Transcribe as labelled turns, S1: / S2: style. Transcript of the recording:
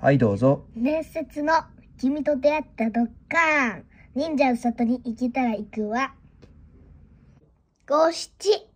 S1: はい、どうぞ。
S2: 伝説の君と出会ったドッカーン忍者うさとに行けたら行くわ五七